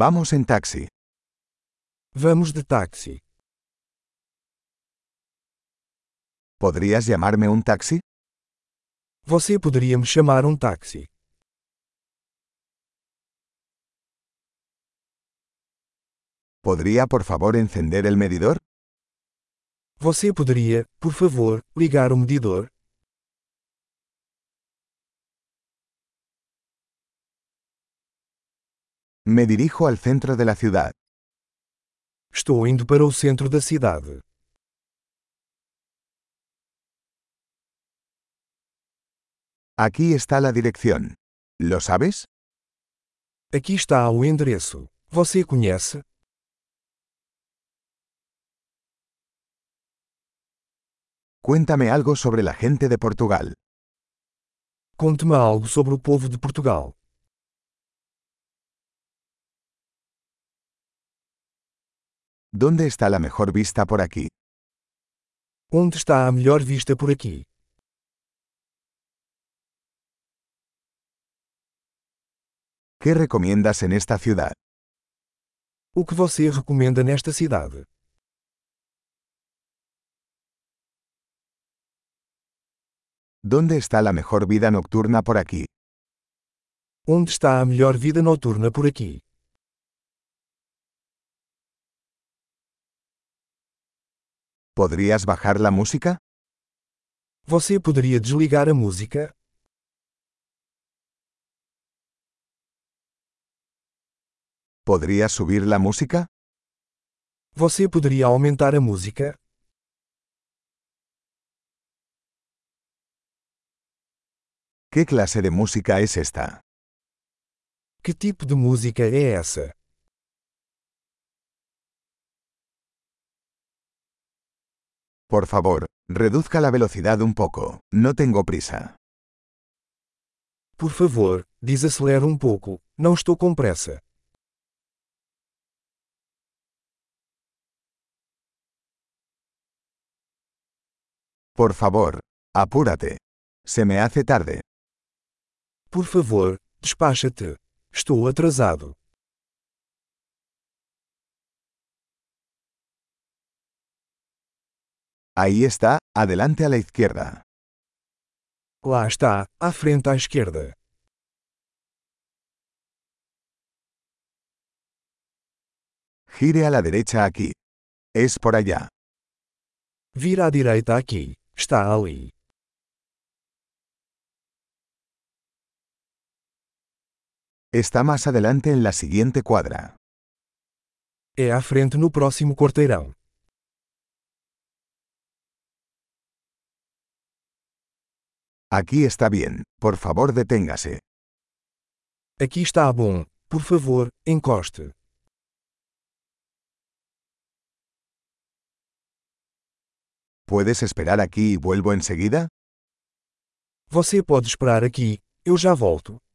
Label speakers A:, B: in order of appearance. A: Vamos en táxi.
B: Vamos de táxi.
A: ¿Podrías llamarme un taxi?
B: Você poderia me chamar um táxi?
A: ¿Podría por favor encender el medidor?
B: Você poderia, por favor, ligar o medidor?
A: Me dirijo al centro de la ciudad.
B: Estou indo para o centro da cidade.
A: Aquí está la dirección. ¿Lo sabes?
B: Aqui está o endereço. Você conhece?
A: Cuéntame algo sobre la gente de Portugal.
B: Conte-me algo sobre o povo de Portugal.
A: ¿Dónde está la mejor vista por aquí?
B: Onde está a melhor vista por aqui?
A: ¿Qué recomiendas en esta ciudad?
B: O que você recomenda nesta cidade?
A: ¿Dónde está la mejor vida nocturna por aquí?
B: Onde está a melhor vida noturna por aqui?
A: ¿Podrías bajar la música?
B: Você poderia desligar a música?
A: ¿Podrías subir la música?
B: Você poderia aumentar a música?
A: ¿Qué clase de música es esta?
B: Que tipo de música é essa?
A: Por favor, reduzca la velocidad un poco. No tengo prisa.
B: Por favor, desacelere um pouco. Não estou com pressa.
A: Por favor, apúrate. Se me hace tarde.
B: Por favor, despacha-te. Estou atrasado.
A: Ahí está, adelante a la izquierda.
B: Lá está, à frente à esquerda.
A: Gire a la derecha aquí. Es por allá.
B: Vira à direita aqui. Está ali.
A: Está más adelante en la siguiente cuadra.
B: É à frente no próximo quarteirão.
A: Aquí está bien. Por favor, deténgase.
B: Aqui está bom. Por favor, encoste.
A: ¿Puedes esperar aquí y vuelvo enseguida?
B: Você pode esperar aqui. Eu já volto.